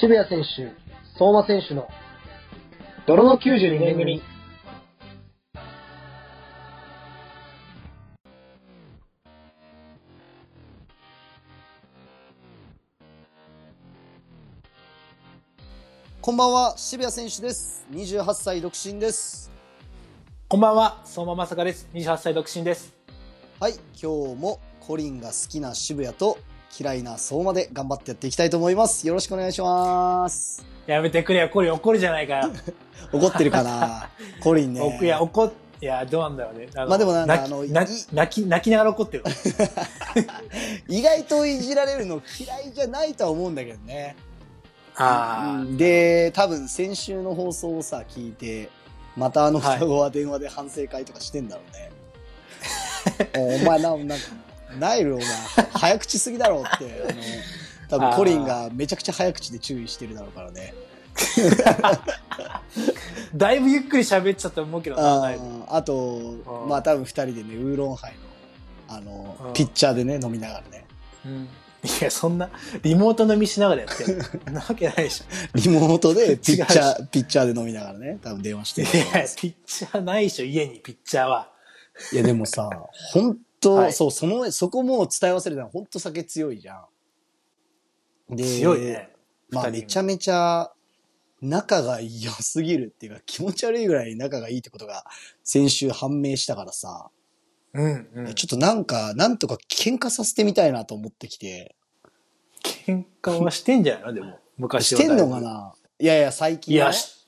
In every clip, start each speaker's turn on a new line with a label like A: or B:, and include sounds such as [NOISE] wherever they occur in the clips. A: 渋谷選手、相馬選手の泥の92年組。
B: こんばんは、渋谷選手です。28歳独身です。
C: こんばんは、相馬まさかです。28歳独身です。
B: はい、今日もコリンが好きな渋谷と嫌いな相馬で頑張ってやっていきたいと思います。よろしくお願いします。
C: やめてくれよ、コリン怒るじゃないか
B: [LAUGHS]
C: よ。
B: 怒ってる
A: [LAUGHS]
B: かなコリンね。
C: 僕いや、怒っ、いや、どうなんだろうね。あの
B: まあでもなんか
C: 泣き
B: あの
C: ない泣き、泣きながら怒
B: [LAUGHS]
C: ってる。
B: 意外といじられるの嫌いじゃないとは思うんだけどね。
C: あ
B: うんで、多分先週の放送をさ、聞いて、またあの双子は電話で反省会とかしてんだろうね。 [LAUGHS] お前な、なんか、ナイルお前、早口すぎだろうって、あの、多分コリンがめちゃくちゃ早口で注意してるだろうからね。
C: あ、だいぶゆっくり喋っちゃったと思うけどな、だいぶ
B: ああと
C: あ、ー
B: まあ多分二人でね、ウーロンハイの、あ
C: う
B: の
C: ん、
B: ピッチャーでね、飲みながらね。
C: うんいや、そんな、リモート飲みしながらやってる。なわけないでしょ。
B: リモートでピッチャ
C: 違
B: ー、ピッチャーで飲みながらね、多分電話して
C: い
B: る
C: や、ピッチャーないでしょ、家にピッチャーは。
B: いやでもさ、本当、
C: はい
B: そう、その、そこも伝え忘れたの、本当酒強いじゃん。で
C: 強いね。
B: まあ
C: 二人
B: め
C: も
B: ちゃめちゃ仲が良すぎるっていうか気持ち悪いぐらい仲がいいってことが先週判明したからさ、
C: うん、うん。
B: ちょっとなんか、なんとか喧嘩させてみたいなと思ってきて、
C: 喧嘩はしてんじゃないのでも、昔
B: し
C: はだ
B: て
C: い
B: ん
C: ぶ。
B: のかないやいや、最近
C: い
B: ね、
C: や、し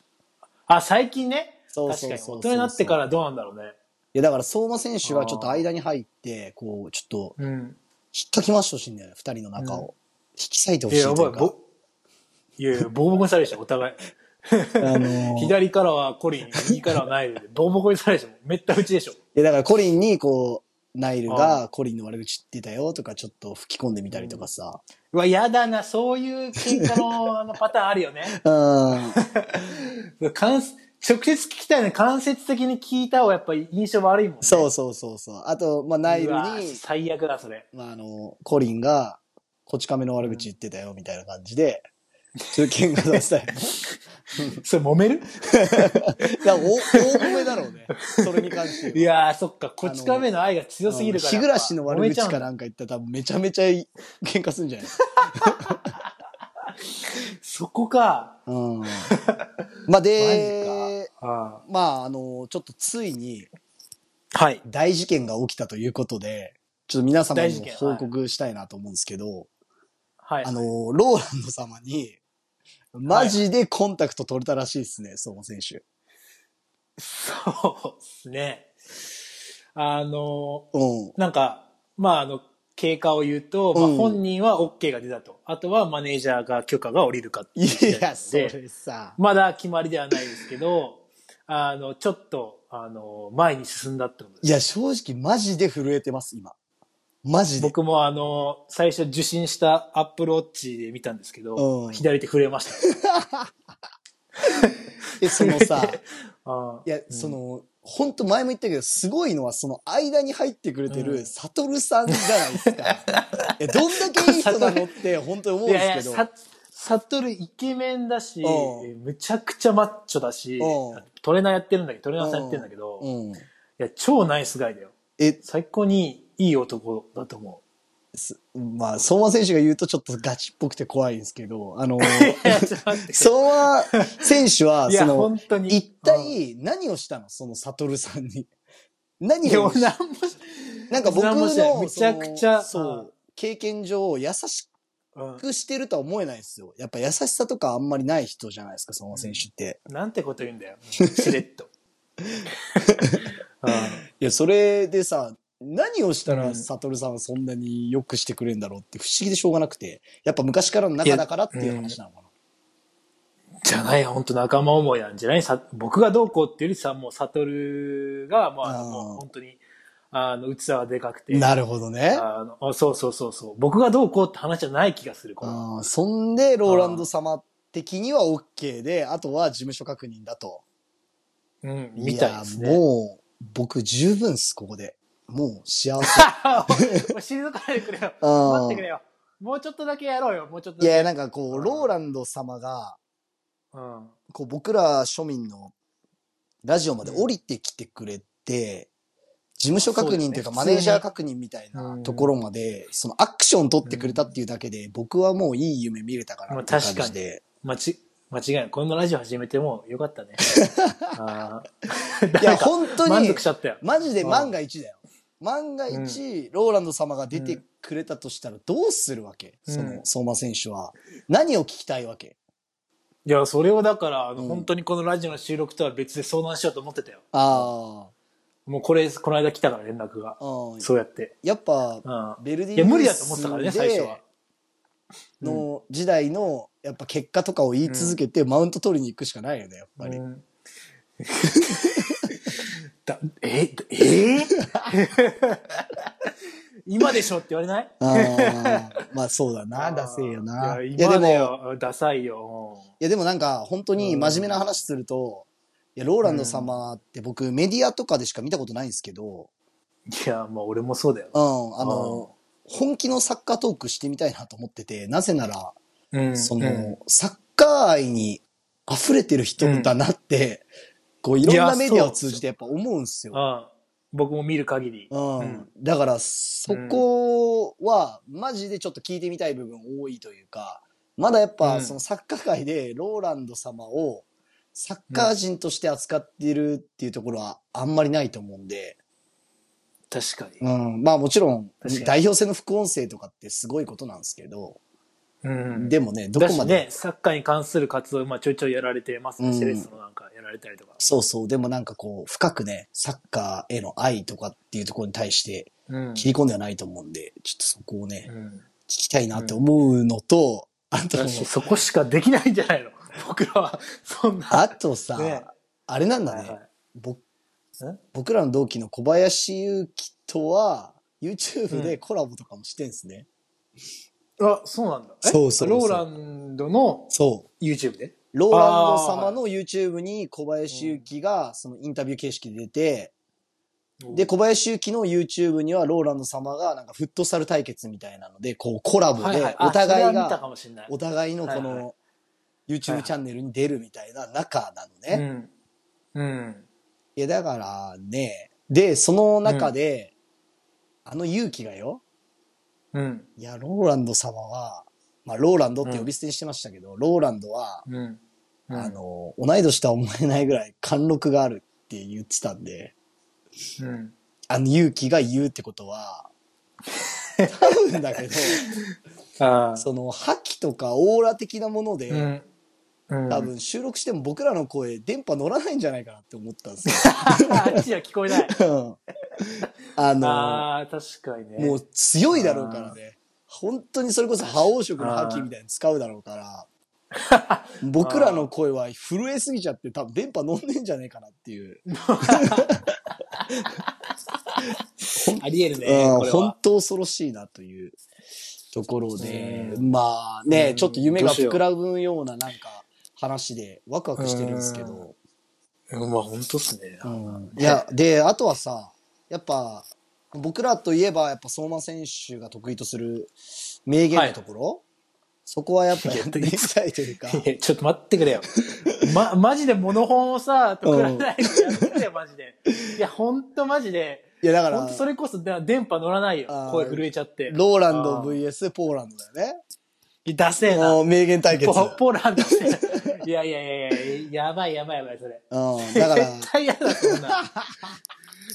C: あ、最近ね。
B: そう
C: 確
B: そう
C: か
B: そう
C: に。
B: そう
C: 大人になってからどうなんだろうね。
B: いやだから相馬選手はちょっと間に入って、こう、ちょっと
C: うん。
B: 引っかき回してほしいんだよね、二人の仲を。
C: うん
B: 引き裂いてほし
C: い
B: い
C: や、
B: と
C: お
B: い
C: 前、
B: うか
C: ぼ、いやいや、ボコボコにされるでしょ、お [LAUGHS] 互い。
B: あのー
C: 左からはコリン、右からはナイルで、ボコボコにされるでしょ。めった打ちでしょ。
B: いや、だからコリンに、こう、ナイル
C: あ
B: がコリンの悪口言ってたよとか、ちょっと吹き込んでみたりとかさ。
C: うわ、やだな、そういう喧嘩の、あの、パターンある [LAUGHS] よね。
B: うん。
C: 間接直接聞きたいね。間接的に聞いた方がやっぱり印象悪いもん、ね。。
B: そううそうそうそう。あと、まあ、ナイル
C: わ
B: に、
C: 最悪だ、それ。
B: まあ、あの、コリンが、こち亀の悪口言ってたよみたいな感じで、ちょっと喧嘩さ
C: [LAUGHS]
B: せたい。
C: [LAUGHS] それ揉める
B: だから、お大褒めだろうね。それに関しては。
C: いやー、そっか、こち亀の愛が強すぎるから。
B: 日暮らしの悪口か
C: な。
B: なんか言ったら多分めちゃめちゃい喧嘩するんじゃない
C: そこか。 [LAUGHS]
B: うん。まあ、
C: マ
B: で、
C: あ
B: まあ、あの、ちょっとついに、
C: ーはい。
B: 大事件が起きたということで、ちょっと皆様
C: 大
B: に
C: 事
B: も
C: 件
B: 報告したいなと思うんですけど、
C: はい。
B: あの、ローランド様に、マジでコンタクト取れたらしいですね、相馬選手。
C: そうですね。あの、
B: うん。
C: なんか、まあ、あの、経過を言うと、まあ、
B: うん
C: 本人は OK が出たと。あとはマネージャーが許可が下りるかって
B: いう
C: 時代なの
B: や、
C: で
B: それさ。
C: まだ決まりではないですけど、あの、ちょっと、あの、前に進んだってことで
B: い
C: す。
B: や、正直マジで震えてます、今。マジで。
C: 僕もあの、最初受信したアップルウォッチで見たんですけど、
B: うん
C: 左手触れました。
B: え、その
C: [LAUGHS]
B: さ、
C: あ
B: いや、その、ほんと前も言ったけど、すごいのはその間に入ってくれて
C: う
B: る
C: ん
B: サトルさんじゃないですか。え、どんだけいい人なのって本当に思うん
C: ーい
B: で
C: やいや、
B: すけど
C: さ、サトルイケメンだし、
B: うん
C: えむちゃくちゃマッチョだし
B: うん、
C: トレーナーやってるんだけど、トレーナーさんやってるんだけど、い
B: うん。
C: や、超ナイスガイだよ。
B: え、
C: 最高にいい男だと思
B: すまあ、相馬選手が言うとちょっとガチっぽくて怖いんですけど、あの、
C: う。い [LAUGHS] や、ちょっと待って。
B: 相馬選手は、
C: いや、
B: その
C: 本、当に。
B: 一体何をしたのその悟さん
C: [LAUGHS]
B: に。
C: うん、い
B: 何
C: や、
B: を
C: 俺、なんもし
B: なんか僕
C: 何も
B: の、
C: してない
B: その
C: めちゃくちゃ
B: そう、経験上、優し
C: うん
B: くしてるとは思えないですよ。やっぱ優しさとかあんまりない人じゃないですか、相馬選手って。
C: なんてこと言うんだ
B: [LAUGHS]
C: よ。しれっと。うん
B: いや、それでさ、何をした
C: う
B: ら
C: ん
B: 悟さんはそんなによくしてくれるんだろうって不思議でしょうがなくて、やっぱ昔からの仲だからっていう話なのかな。
C: じゃない、本当仲間思いなんじゃないさ僕がどうこうっていうよりさ、もう悟が、まあ、
B: あー
C: もう本当に、あの、器はでかくて。
B: なるほどね。
C: あのそうそうそうそう。僕がどうこうって話じゃない気がする、これは
B: あーそんで、ローランド様的には OK で、あとは事務所確認だと。
C: うん、みたいですね。
B: やもう、僕十分っす、ここで。もう幸せ。
C: [LAUGHS] 退かれてくれよ。
B: うん
C: 待ってくれよ。もうちょっとだけやろうよ。もうちょっと
B: い
C: だけ。
B: や、なんかこう、ローランド様が、
C: うん。
B: こう、僕ら庶民のラジオまで降りてきてくれて、事務所確認というか、
C: そ
B: マ
C: うですね
B: ネージャー確認みたいなところまで、そのアクション取ってくれたっていうだけで、僕はもういい夢見れたか
C: ま
B: ら
C: あ
B: って感じで。
C: 間ち間違いない。このラジオ始めてもよかっ
B: [LAUGHS]
C: たね。あ
B: いや、本当
C: ー満
B: に
C: 足し、ちゃったよ。
B: マジで万が一だよ。万が一、ローランド様が出てくれたとしたらどうするわけ、
C: うん
B: その、相馬選手は。何を聞きたいわけ
C: いや、それをだから、あの
B: うん
C: 本当にこのラジオの収録とは別で相談しようと思ってたよ。
B: あ
C: もうこれ、この間来たから連絡が
B: あ、。うん。
C: そうやって。
B: やっぱ、
C: うん。
B: ベルディ
C: いや、無理だと思ってたからね、最初は。うん
B: の時代の、やっぱ結果とかを言い続けて、マウント取りに行くしかないよね、やっぱり。
C: うん [LAUGHS] だええ [LAUGHS] 今でしょって言われない
B: あ
C: [LAUGHS]
B: あまあそうだな、出せよな。
C: い
B: い
C: や、
B: や、で
C: 今だ
B: も、
C: よ。ダサいよ。
B: いやでもなんか、本当に真面目な話すると、いや、ローランド様って僕、メディアとかでしか見たことないんですけど、
C: いや、まあ俺もそうだよ。
B: うん、あの、本気のサッカートークしてみたいなと思ってて、なぜなら、
C: うん
B: そ
C: うん
B: の、サッカー愛に溢れてる人だなって、こう、いろん
C: いや
B: なメディア
C: そ
B: を
C: う
B: 通じてやっぱ思うんですよ。
C: ああ僕も見る限り。
B: う
C: うん
B: ん、だから、そこは、マジでちょっと聞いてみたい部分多いというか、まだやっ
C: うん
B: ぱ、そのサッカー界で、ローランド様を、サッカー人として扱っているっていうところは、あんまりないと思うんで、
C: 確かに。
B: うん、まあもちろん
C: 確かに、
B: 代表戦の副音声とかってすごいことなんですけど、
C: うん。
B: でもね、ど
C: だ
B: こ
C: し
B: まで、
C: ね、サッカーに関する活動、まあちょいちょいやられてますね。
B: うん
C: セレッソのなんかやられたりとか。
B: そうそう、でもなんかこう、深くね、サッカーへの愛とかっていうところに対して、
C: うん。
B: 切り込んではないと思うんで、ちょっとそこをね、
C: うん。
B: 聞きたいなって思うのと、あと、
C: だしそこしかできないんじゃないの [LAUGHS] 僕らは、そんな。
B: あとさ、
C: ね
B: あれなんだね、
C: はいはい
B: ぼ
C: ん
B: 僕らの同期の小林祐希とは、YouTube
C: う
B: で
C: ん
B: コラボとかもしてんすね。
C: あ、そうなんだ。え
B: そうそうそう
C: ローランドの
B: そ
C: YouTube で。
B: う。ローランド様の YouTube に小林祐希がそのインタビュー形式で出て、で、小林祐希の YouTube にはローランド様がなんかフットサル対決みたいなので、こうコラボ
C: はいは
B: で
C: い、あ
B: お互い
C: それは見たか
B: が、
C: もしれない。
B: お互いのこ
C: はいは
B: の YouTube チャンネルに出るみたいな中なのね。
C: うん。うん。
B: いや、だからね、で、その中で、あの勇気がよ、
C: うん。
B: いや、ローランド様は、まあ、ローランドって呼び捨てにしてましたけど、ローランドは、
C: うん。
B: あ、の、同い年とは思えないぐらい貫禄があるって言ってたんで、
C: うん。
B: あの勇気が言うってこと
C: [LAUGHS]
B: は、多分だけど、
C: ああ。
B: その、覇気とかオーラ的なもので、
C: うん。うん
B: 多。分収録しても僕らの声、電波乗らないんじゃないかなって思ったん [LAUGHS] ですよ。
C: [LAUGHS] あっちは聞こえない。
B: うん [LAUGHS] あの、
C: ああ、確かにね。
B: もう強いだろうからね。本当にそれこそ覇王色の覇気みたいに使うだろうから。 [LAUGHS] 僕らの声は震えすぎちゃって多分電波乗んねんじゃねえかなっていう。
C: ありえるね。
B: う
C: こ
B: ん
C: れ
B: 本
C: は
B: 当恐ろしいなというところで。
C: う
B: まあ
C: う
B: ね、
C: ん
B: ちょっと夢が
C: どうしよう
B: 膨らむようななんか話でワクワクしてるんですけど。
C: うんまあ本当っすね。
B: うんいや、で、あとはさ、やっぱ僕らといえばやっぱ相馬選手が得意とする名言のところ、そこはやっぱやっていきたいという
C: [LAUGHS]
B: か。
C: いやちょっと待ってくれよ。ま、マジでモ本をさ、と比べないでやってくれよ、マジで。いや、ほんとマジで。
B: いや、だか
C: ほん
B: ら
C: と、それこそで電波乗らないよ
B: あ。ー
C: 声震えちゃって。
B: ローランド
C: あー
B: VS ポーランドだよ
C: いやダセえ
B: ね。
C: な。
B: もう名言対決。
C: ポポーランドって。いやいやいやいや、やばいやばいやばい、それ。
B: うん、だか
C: [LAUGHS]
B: ら、
C: 絶対嫌だ、そんな。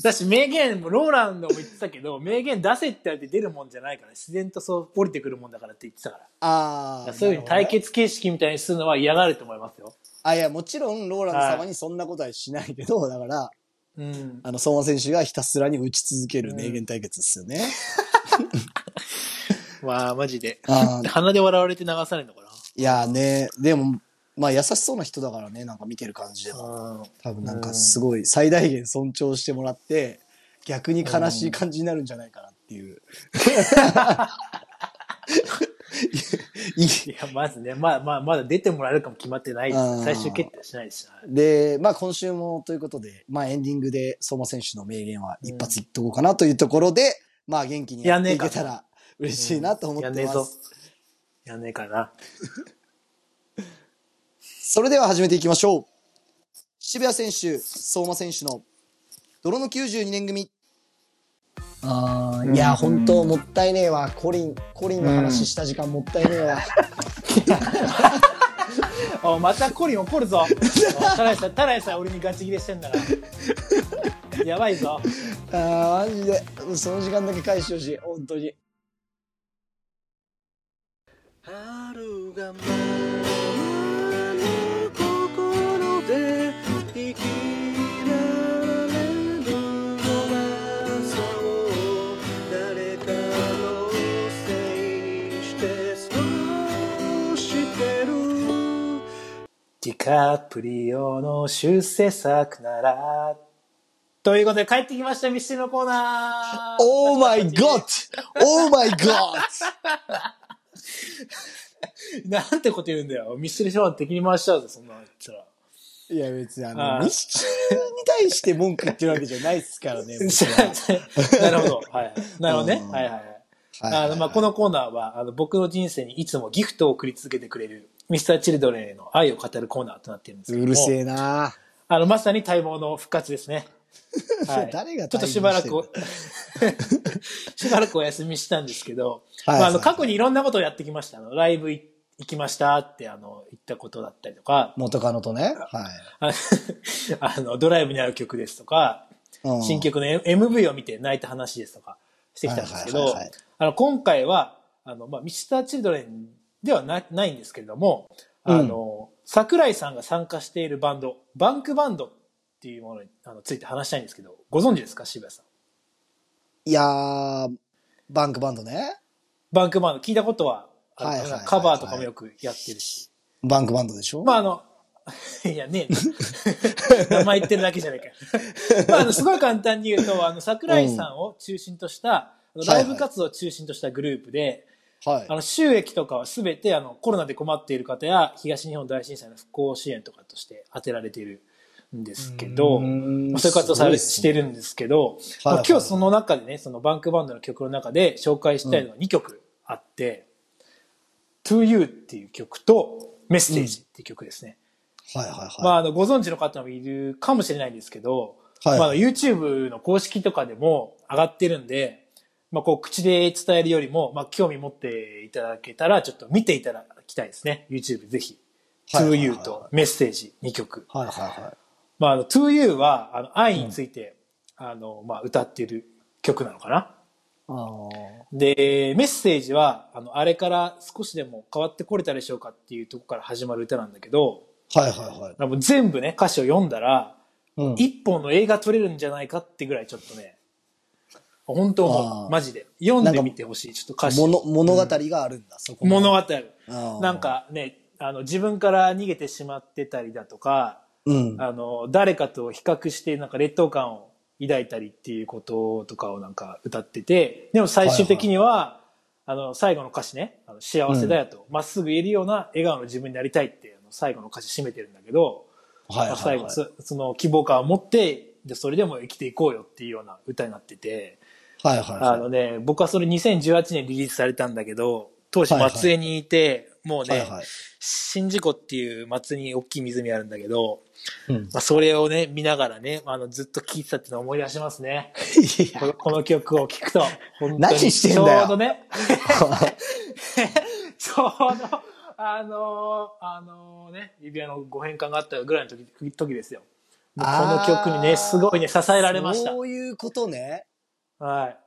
C: だし、名言も、ローランドも言ってたけど、名言出せって言われて出るもんじゃないから、自然とそう降りてくるもんだからって言ってたから。だ
B: あ
C: か
B: あ、
C: らそういうふうに
B: なる
C: 対
B: ほどね。
C: 決形式みたいにするのは嫌がると思いますよ。
B: あ、いや、もちろん、ローランド様にそんなことはしないけど、だから、
C: うん。
B: あの、相馬選手がひたすらに打ち続ける名言対決ですよ
C: [LAUGHS]
B: ね。
C: まあ、マジで。
B: あー
C: 鼻で笑われて流されるのかない
B: やね、でも、まあ、優しそうな人だからね、なんか見てる感じでは。多分なんかすごい最大限尊重してもらって、
C: [LAUGHS]
B: 逆に悲しい感じになるんじゃないかなっていう。いい
C: いや、まずね、まあまあ、まだ出てもらえるかも決まってないです
B: うん
C: 最終決定はしないしな。
B: で、まあ今週もということで、まあエンディングで相馬選手の名言は一発いっとこうかなというところで、まあ元気にやっていけた
C: やん
B: ら嬉しいなと思って
C: うんやんねえ
B: ま
C: ぞ
B: す。。
C: やんねえかな。
B: それでは始めていきましょう。渋谷選手、相馬選手の泥の92年組。あーいや、
A: うん
B: 本当もったいねえわ。コリン、コリンの話した時間もったいねえわ。
C: おまたコリン怒るぞ。おタラヤさん、タラヤさん俺にガチ切れしてんだから。やばいぞ。
B: あーマジで、その時間だけ返してほしい。本当に。
D: 春が舞う心で生きられる弱さを誰かのせいにしてそうしてる
C: ディカプリオの出世作なら。ということで帰ってきました、ミスチルのコーナー。
B: Oh my god!Oh my god!
C: なんてこと言うんだよ。ミスチルショーン敵に回しちゃうぞ、そんなの言ったら。
B: いや別にあ
C: あ
B: の、
C: ー
B: ミスチルに対して文句言ってるわけじゃないですから [LAUGHS]
C: [LAUGHS]
B: ね。
C: なるほど。はい。 [LAUGHS] なるほどね
B: う。ん
C: はいはいはい。
B: 僕は
C: あの、まあ、このコーナーは、あの、僕の人生にいつもギフトを送り続けてくれる、ミスターチルドレンへの愛を語るコーナーとなっているんですけど
B: う
C: も。
B: るせえな
C: あの、まさに待望の復活で
B: [LAUGHS]
C: すね。はい。
B: 誰が
C: ちょっとしばらくお、 [LAUGHS] しばらくお休みしたんですけど、
B: はい
C: まあ、あの、
B: はい
C: 過去にいろんなことをやってきました。あの、ライブい行きましたって、あの、言ったことだったりとか、
B: 元カノとね。は
C: ああの、ドライブにある曲ですとか、
B: いうん。
C: 新曲の M- MV を見て泣いた話ですとかしてきたんですけ
B: はい
C: ど
B: はいはいはい、
C: あの、今回は、あの、まあ、ミスターチルドレンではなないんですけれども、あの、桜井さんが参加しているバンド、バンクバンドっていうものにあのついて話したいんですけど、ご存知ですか渋谷さん。
B: いやー、バンクバンドね。
C: バンクバンド聞いたことはある
B: はいはいはいはい
C: カバーとかもよくやってるし。
B: バンクバンドでしょ
C: まああの、 [LAUGHS] いやねえな [LAUGHS] 名前言ってるだけじゃないか [LAUGHS] よ。まああの、すごい簡単に言うと、あの、桜井さんを中心とした、あのライブ活動を中心としたグループで、
B: はい
C: あ。の、収益とかはすべて、あの、コロナで困っている方や、東日本大震災の復興支援とかとして当てられているんですけど、
B: うーん
C: まあそういう活動されして
B: る。
C: るんですけど、
B: はい
C: ま
B: は
C: あ
B: い
C: 今日その中でね、そのバンクバンドの曲の中で紹介したいのが2曲あって、To You っていう曲と、メッセージっていう曲ですね。
B: はいはい
C: ま
B: は
C: あ、あの、ご存知の方もいるかもしれないんですけど、
B: はい
C: まあ、あの YouTube の公式とかでも上がってるんで、まあ、こう、口で伝えるよりも、まあ、興味持っていただけたら、ちょっと見ていただきたいですね。YouTube ぜ
B: はいは
C: ひ。
B: い
C: To
B: はい
C: You とメッセージ2曲。
B: い。はいはいはい。
C: まあ、あの、To You は、あの、愛について、あの、まあ、歌ってる曲なのかな。
B: あー
C: で、メッセージは、あの、あれから少しでも変わってこれたでしょうかっていうとこから始まる歌なんだけど、
B: はいはいはい。
C: もう全部ね、歌詞を読んだら、
B: うん
C: 一本の映画撮れるんじゃないかってぐらいちょっとね、本当
B: あ
C: も
B: ー
C: う、マジで。読んでみてほしい。ちょっと歌詞。
B: 物物語があるんだ、そこ。
C: 物
B: 語。
C: 語。なんかね、あの、自分から逃げてしまってたりだとか、
B: うん。
C: あの、誰かと比較して、なんか劣等感を抱いたりっていうこととかをなんか歌ってて、でも最終的には、あの、最後の歌詞ね、あの幸せだよと、ま、っすぐ言えるような笑顔の自分になりたいって、あの最後の歌詞締めてるんだけど、
B: はい
C: まあ
B: はい
C: 最
B: は
C: 後
B: い。
C: そ、その希望感を持って、で、それでも生きていこうよっていうような歌になってて、
B: はいはいはい。
C: あのね、僕はそれ2018年リリースされたんだけど、当時
B: はいはい
C: 松江にいて、もうね、
B: はいはい。
C: 宍道湖っていう松江に大きい湖あるんだけど、 [LAUGHS]
B: うん
C: まあ、それをね、見ながらね、あの、ずっと聴いてたっていうのを思い出しますね。
B: [LAUGHS]
C: このこの曲を聴くと、本当に
B: 何してんだよ
C: ちょうどね、ちょうど、あのーあのーね、指輪のご変換があったぐらいの時時ですよ。もうこの曲にね、
B: あー
C: すごいね、支えられました
B: そ。ういうことね。
C: はい。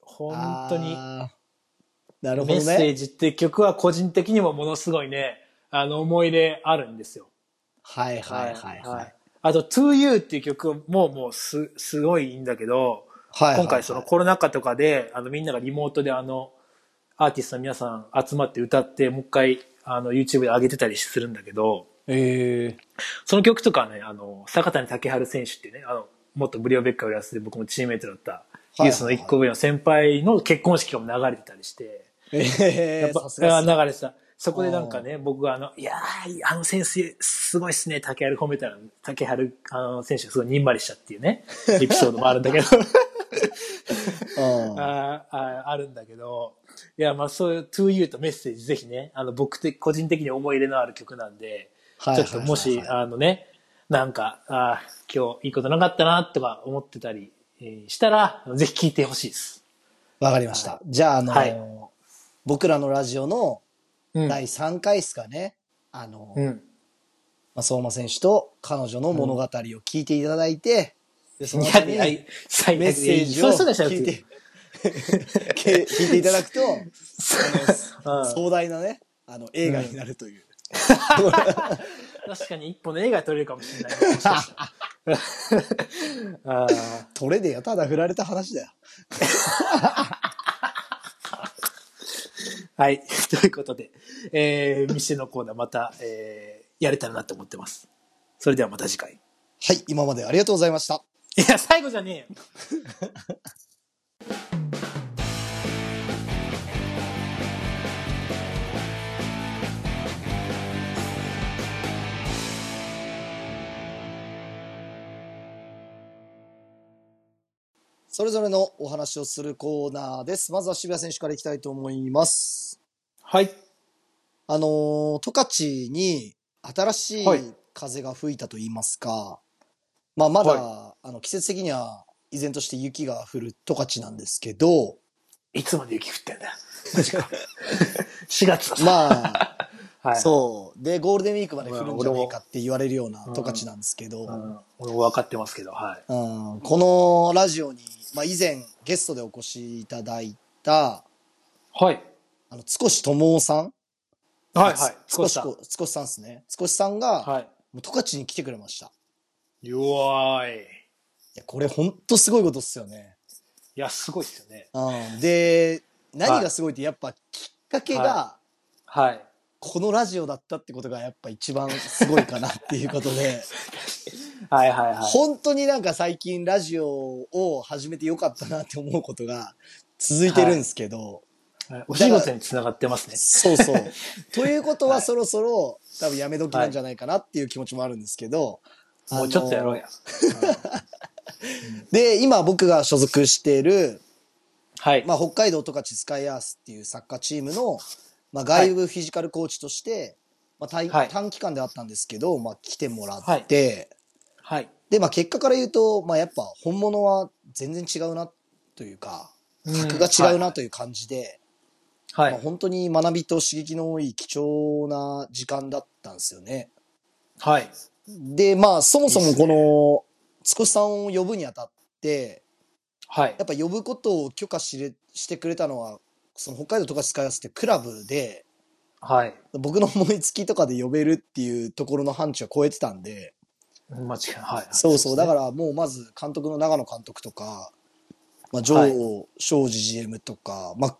C: 本当に、
B: あー。なるほ
C: メ
B: ど
C: ッセ
B: ね
C: ー。ジって曲は個人的にもものすごいね、あの、思い入れあるんですよ。
B: はいはいはいはい。
C: あと、To You っていう曲ももうす、すごいいいんだけど、
B: はいはいはい
C: 今回そのコロナ禍とかで、あの、みんながリモートであの、アーティストの皆さん集まって歌って、もう一回、あの、YouTube で上げてたりするんだけど、
B: え
C: その曲とかね、あの、坂谷竹春選手っていうね、あの、もっとブリオベッカをやらせて僕もチームメイトだった、
B: い
C: ユースの一個上の先輩の結婚式も流れてたりして、
B: え
C: や
B: え
C: っぱ
B: さすがっすね
C: 流れてた。そこでなんかね、僕があの、いやー、あの先生、すごいっすね、竹春褒めたら、竹春、あの選手がすごいにんまりしたってい
B: [LAUGHS]
C: うね、エピソードもあるんだけど、
B: うん
C: あーあーあるんだけど、いや、まあそういう to you とメッセージぜひね、あの僕的個人的に思い入れのある曲なんで、
B: はい
C: ちょっともし、あのね、なんか、あー今日いいことなかったな、とか思ってたりえーしたら、ぜひ聴いてほしいです。
B: わかりました。じゃあ、あの、
C: はい
B: 僕らのラジオの
C: うん。
B: 第3回ですかね、あの、
C: う
B: ま
C: ん。
B: あ、相馬選手と彼女の物語を聞いていただいて、でその
C: いや
B: 後
C: い
B: に
C: や、
B: メ
C: 最悪
B: ッセージを
C: そうそうでしたよ
B: 聞いて、 [LAUGHS] け聞いていただ
C: [LAUGHS]
B: くと、あの
C: うん
B: 壮大なね、あの、映画になる
C: [LAUGHS]
B: という。
C: 確かに一本の映画撮れるかもしれない。もしかしたら [LAUGHS] あー
B: 取れでよ、ただ振られた話だよ。
C: はい。 [LAUGHS] ということで、えー、店のコーナーまた、えー、やれたらなと思ってます。それではまた次回。
B: はい、今までありがとうございました。
C: いや、最後じゃねえよ。
B: それぞれのお話をするコーナーです。まずは渋谷選手からいきたいと思います。
C: はい。
B: あのー、十勝に新しい
C: はい
B: 風が吹いたと言いますか、まあまだ、
C: は
B: あの季節的には依然として雪が降る十勝なんですけど、
C: いつまで雪降ってんだよ。マ
B: [LAUGHS]
C: ジか。4月だぞ。
B: まあ、
C: はい。
B: そう。で、ゴールデンウィークまで降るんじゃ
C: まあ
B: ね
C: 俺
B: え
C: も
B: かって言われるような十勝なんですけど、
C: うん、俺も分かってますけど、はい。
B: うんこのラジオに、まあ以前ゲストでお越しいただいた、
C: はい。
B: あの、少し友夫さん
C: はい、はい。
B: 少し
C: だ。
B: こ、少しさんですね。少しさんが、
C: はい。
B: もう十勝に来てくれました。い
C: よーい。い
B: や、これほんとすごいことっすよね。
C: や、すごいっすよね。
B: うんで何がすごいってやっぱきっかけが
C: ははい。
B: このラジオだったってことがやっぱ一番すごいかなっていうことで
C: はい、はい、はい。
B: 本当になんか最近ラジオを始めてよかったなって思うことが続いてるんですけど、
C: お仕事につながってますね。
B: そうそう。 [LAUGHS] ということ
C: は
B: はいそろそろ多分やめ時なんじゃないかなっていう気持ちもあるんですけど、
C: もうちょっとやろうや。
B: で今僕が所属している、
C: はい。
B: まあ、北海道十勝スカイアースっていうサッカーチームの、まあ、外部フィジカルコーチとして、まあ短
C: はい
B: 短期間ではあったんですけど、まあ、来てもらって、
C: はい。
B: で、まあ、結果から言うと、まあ、やっぱ本物は全然違うなというか格が違うなという感じで、
C: はい。
B: ま
C: は
B: あ、
C: い。
B: 本当に学びと刺激の多い貴重な時間だったんですよね。
C: はい。
B: でまあそもそ
C: いい
B: も
C: っすね
B: この少しさんを呼ぶにあたって
C: はい
B: や。っぱ呼ぶことを許可しれしてくれたのはその北海道十勝スカイアースってクラブで。
C: はい。
B: 僕の思いつきとかで呼べるっていうところの範疇は超えてたんで、
C: 間違いない。はい。
B: そうそう、だからもうまず監督の長野監督とか、まあ、上
C: はい
B: 王庄司 GM とか、まあ、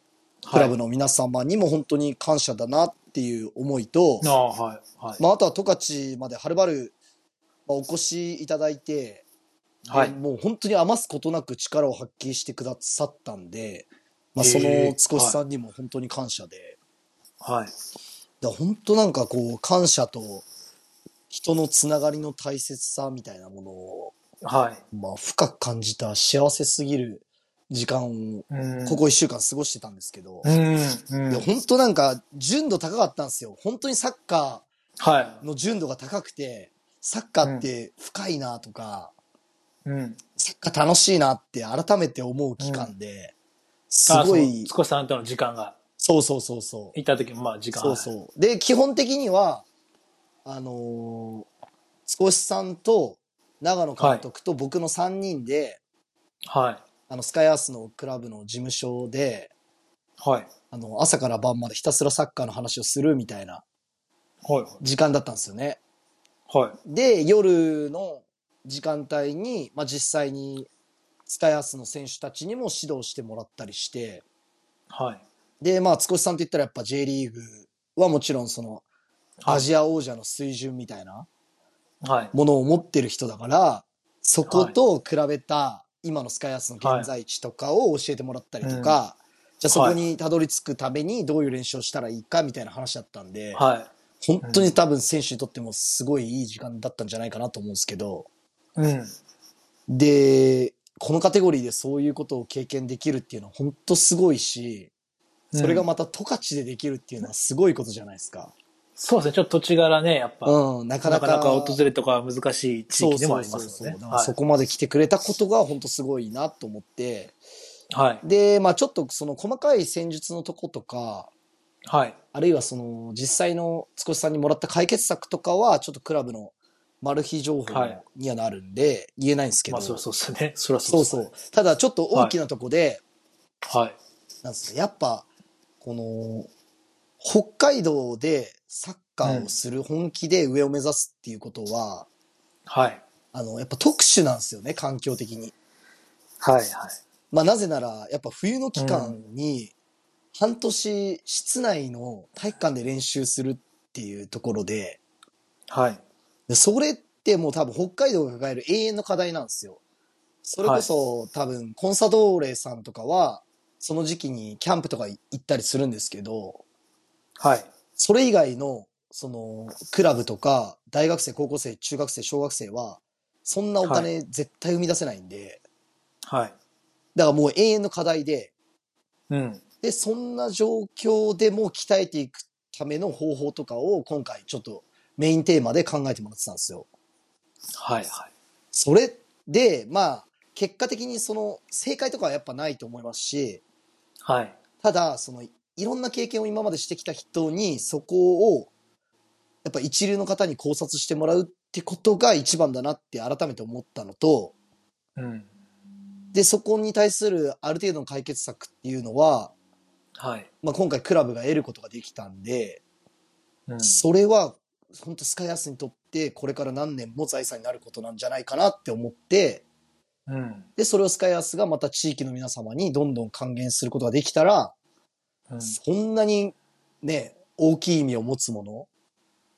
B: クラブ
C: の。
B: の皆様にも本当に感謝だなっていう思いと、
C: ああ、はい。はい。
B: まあ、あとは十勝まではるばる、まあ、お越しいただいて、
C: はい。
B: もう本当に余すことなく力を発揮してくださったんで、まあ、
C: へ
B: そ
C: え
B: の少しさんにも本当に感謝で。
C: はい。
B: だから本当なんかこう感謝と人のつながりの大切さみたいなものを、
C: はい。
B: まあ、深く感じた幸せすぎる時間を
C: うん
B: ここ1週間過ごしてたんですけど、
C: うん。うん。
B: いや本当なんか純度高かったんですよ本当にサッカ
C: は
B: ーの純度が高くてサッカーって深いなとか、
C: い。うん。
B: サッカー楽しいなって改めて思う期間で、す
C: あ
B: ご
C: あ
B: い
C: その少しさんとの時間が、
B: そうそうそうそう
C: いた時もまあ時間。
B: そうそう。で、基本的には、あのー、少しさんと、長野監督と僕の3人で、
C: はい。
B: あの、スカイアースのクラブの事務所で、
C: はい。
B: あの、朝から晩までひたすらサッカーの話をするみたいな
C: はい。
B: 時間だったんですよね。
C: はい。
B: で、夜の時間帯に、まあ、実際に、スカイアースの選手たちにも指導してもらったりして、
C: はい。
B: で、まあ、少しさんといったらやっぱ J リーグはもちろんその、アジア王者の水準みたいな、
C: はい。
B: ものを持ってる人だからそこと比べた今のスカイアースの現在地とかを教えてもらったりとか、じゃあそこにたどり着くためにどういう練習をしたらいいかみたいな話だったんで、
C: は
B: 本当に多分選手にとってもすごいいい時間だったんじゃないかなと思うんですけど、
C: い。うん。
B: で、このカテゴリーでそういうことを経験できるっていうのは本当すごいし、それがまた十勝でできるっていうのはすごいことじゃないですか。
C: そうですね、ちょっと土地柄ね、やっぱ。
B: うん、なか
C: な
B: な
C: か
B: か。
C: なか訪れとか難しい地域でもあります
B: そうそう
C: よ
B: そう
C: ね。
B: だからそこまで来てくれたことが本当すごいなと思って、
C: はい。
B: で、まあちょっとその細かい戦術のとことか、
C: はい。
B: あるいはその実際の少しさんにもらった解決策とかは、ちょっとクラブのマル秘情報
C: はい
B: にはなるんで、言えないんですけど、
C: まあ、そうそうですね。そりゃ
B: そ
C: そうう
B: そう。ただちょっと大きなとこで、
C: そう。はい。
B: なんですねやっぱ、この、北海道でサッカーをする本気で上を目指すっていうことは、
C: はい。
B: あの、やっぱ特殊なんですよね、環境的に。
C: はい。
B: まあなぜなら、やっぱ冬の期
C: う
B: 間に、半年室内の体育館で練習するっていうところで、
C: はい。
B: でそれってもう多分北海道が抱える永遠の課題なんですよ。それこそ、多分コンサドーレさんとかは、その時期にキャンプとか行ったりするんですけど、
C: はい。
B: それ以外の、その、クラブとか、大学生、高校生、中学生、小学生は、そんなお金絶対生み出せないんで、
C: はい。
B: だからもう永遠の課題で、
C: うん。
B: で、そんな状況でも鍛えていくための方法とかを今回ちょっとメインテーマで考えてもらってたんですよ。
C: はい。はい。
B: それで、まあ、結果的にその、正解とかはやっぱないと思いますし、
C: はい。
B: ただ、その、いろんな経験を今までしてきた人に、そこを、やっぱ一流の方に考察してもらうってことが一番だなって改めて思ったのと、
C: うん。
B: で、そこに対するある程度の解決策っていうのは、
C: はい。
B: まあ、今回クラブが得ることができたんで、
C: うん。
B: それは、本当スカイアースにとって、これから何年も財産になることなんじゃないかなって思って、
C: うん。
B: で、それをスカイアースがまた地域の皆様にどんどん還元することができたら、
C: うん。
B: そんなにね、大きい意味を持つもの、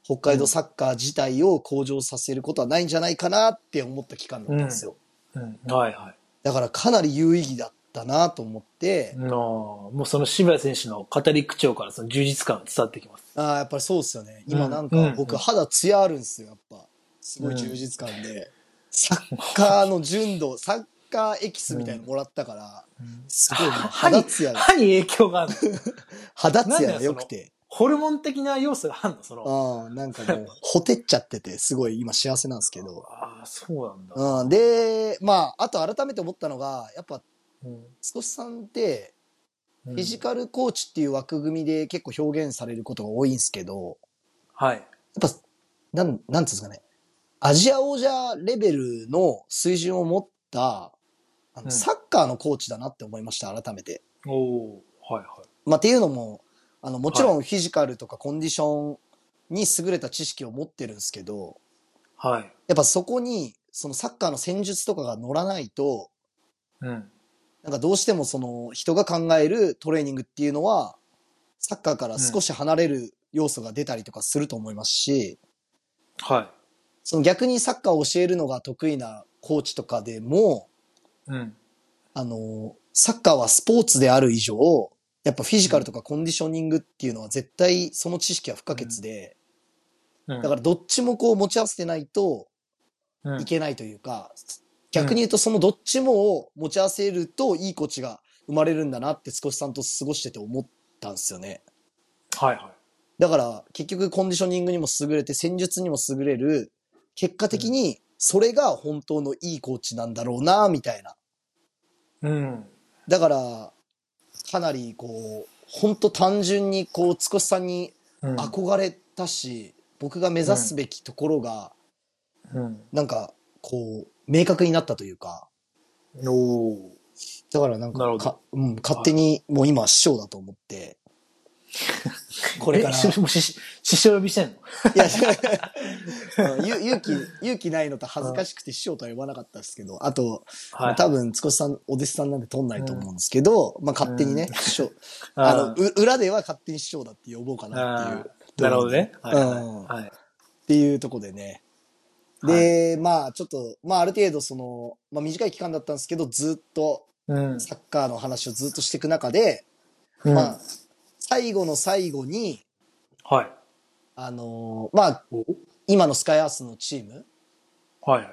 B: 北海道サッカー自体を向上させることはないんじゃないかなって思った期間だったんですよ。
C: うん。はい。はい。
B: だからかなり有意義だったなと思って、
C: なあもうその渋谷選手の語り口調からその充実感が伝わってきます。
B: ああ、やっぱりそうですよね。今なん
C: うん
B: か
C: うん
B: 僕肌ツヤあるんですよ、やっぱ。すごい充実感で。サッカーの純度、サッカーエキスみたいなのもらったから、すごいもう
C: 歯
B: 肌
C: に、
B: ツヤが、
C: 歯に影響がある。
B: 肌ツヤが良くて。
C: ホルモン的な要素があるの、その。
B: ああ、なんかもう、ほてっちゃってて、すごい今幸せなんですけど。
C: ああ、そうなんだ。
B: うん、で、まあ、あと改めて思ったのが、やっぱ、
C: うん
B: 少しさんって、
C: う
B: フ
C: ん
B: ィジカルコーチっていう枠組みで結構表現されることが多いんですけど、
C: はい。
B: やっぱ、なん、なんていうんですかね、アジア王者レベルの水準を持った、あの
C: うん
B: サッカーのコーチだなって思いました、改めて。
C: おおはいは
B: まあ、っていうのも、あの、もちろんフィジカルとかコンディションに優れた知識を持ってるんですけど、
C: い。はい。
B: やっぱそこに、そのサッカーの戦術とかが乗らないと、
C: うん。
B: なんかどうしてもその人が考えるトレーニングっていうのは、サッカーから少し離れる要素が出たりとかすると思いますし、
C: は
B: その逆にサッカーを教えるのが得意なコーチとかでも、
C: い。うん。
B: あの、サッカーはスポーツである以上、やっぱフィジカルとかコンディショニングっていうのは絶対その知識は不可欠で、
C: うん
B: だからどっちもこう持ち合わせてないと
C: うん
B: いけないというか、逆に言うとそのどっちもを持ち合わせるといいコーチが生まれるんだなって少しさんと過ごしてて思ったんですよね。
C: はいは
B: だから結局コンディショニングにも優れて戦術にも優れる、結果的にそれが本当のいいコーチなんだろうな、みたいな。
C: い。うん。
B: だから、かなりこう、本当単純にこう、つこしさんに
C: うん
B: 憧れたし、僕が目指すべきところが、
C: うん。
B: なんか、こう、明確になったというか、
C: おお
B: だからなん
C: なる
B: か
C: ほど
B: か、うん、勝手にもう今は師匠だと思って、こ
C: こ
B: れから、い
C: もうし、師匠呼びしてんの
B: や、 [LAUGHS] うんゆ勇気、勇気ないのと恥ずかしくて師匠とは呼ばなかったですけど、あと、
C: はい。
B: 多分、つこしさん、お弟子さんなんて取んないと思うんですけど、まあ勝手にね、師匠、あの、う裏では勝手に師匠だって呼ぼうかなっていう
C: あ。ーなるほどね。はいはい
B: うん
C: はい。
B: っていうとこでね。で、まあちょっと、まあある程度その、まあ短い期間だったんですけど、ずっと
C: うん。
B: サッカーの話をずっとしていく中で、
C: うん
B: まあ、最後の最後に、
C: はい。
B: あのーまあ
C: お、
B: 今のスカイアースのチームっ
C: はい。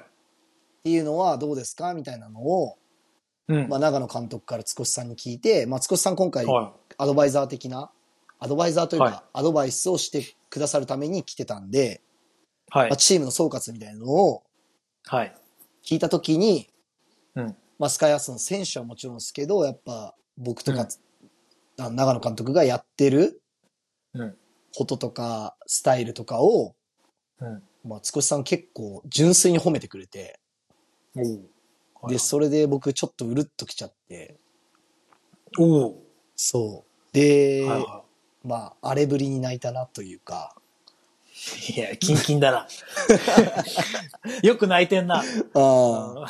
B: ていうのはどうですかみたいなのを、
C: うん。
B: まあ、長野監督から塚越さんに聞いて、まあ、塚越さん今回、
C: は
B: アドバイザー的な、アドバイザーというか、
C: はい
B: アドバイスをしてくださるために来てたんで、
C: い。はい
B: まあ、。チームの総括みたいなのを
C: はい。
B: 聞いたときに、
C: うん。
B: まあ、スカイアースの選手はもちろんですけど、やっぱ僕と
C: う
B: か
C: ん、
B: あ長野監督がやってる
C: うん。
B: こととか、スタイルとかを、
C: うん。
B: まあ、少しさん結構純粋に褒めてくれて、
C: おお。はい
B: で、それで僕ちょっとうるっときちゃって、
C: おお。
B: そう。で、
C: はいは
B: まあ、荒れぶりに泣いたなというか、
C: い。いや、キンキンだな。 [LAUGHS] よく泣いてんな。
B: あ
C: う
B: ま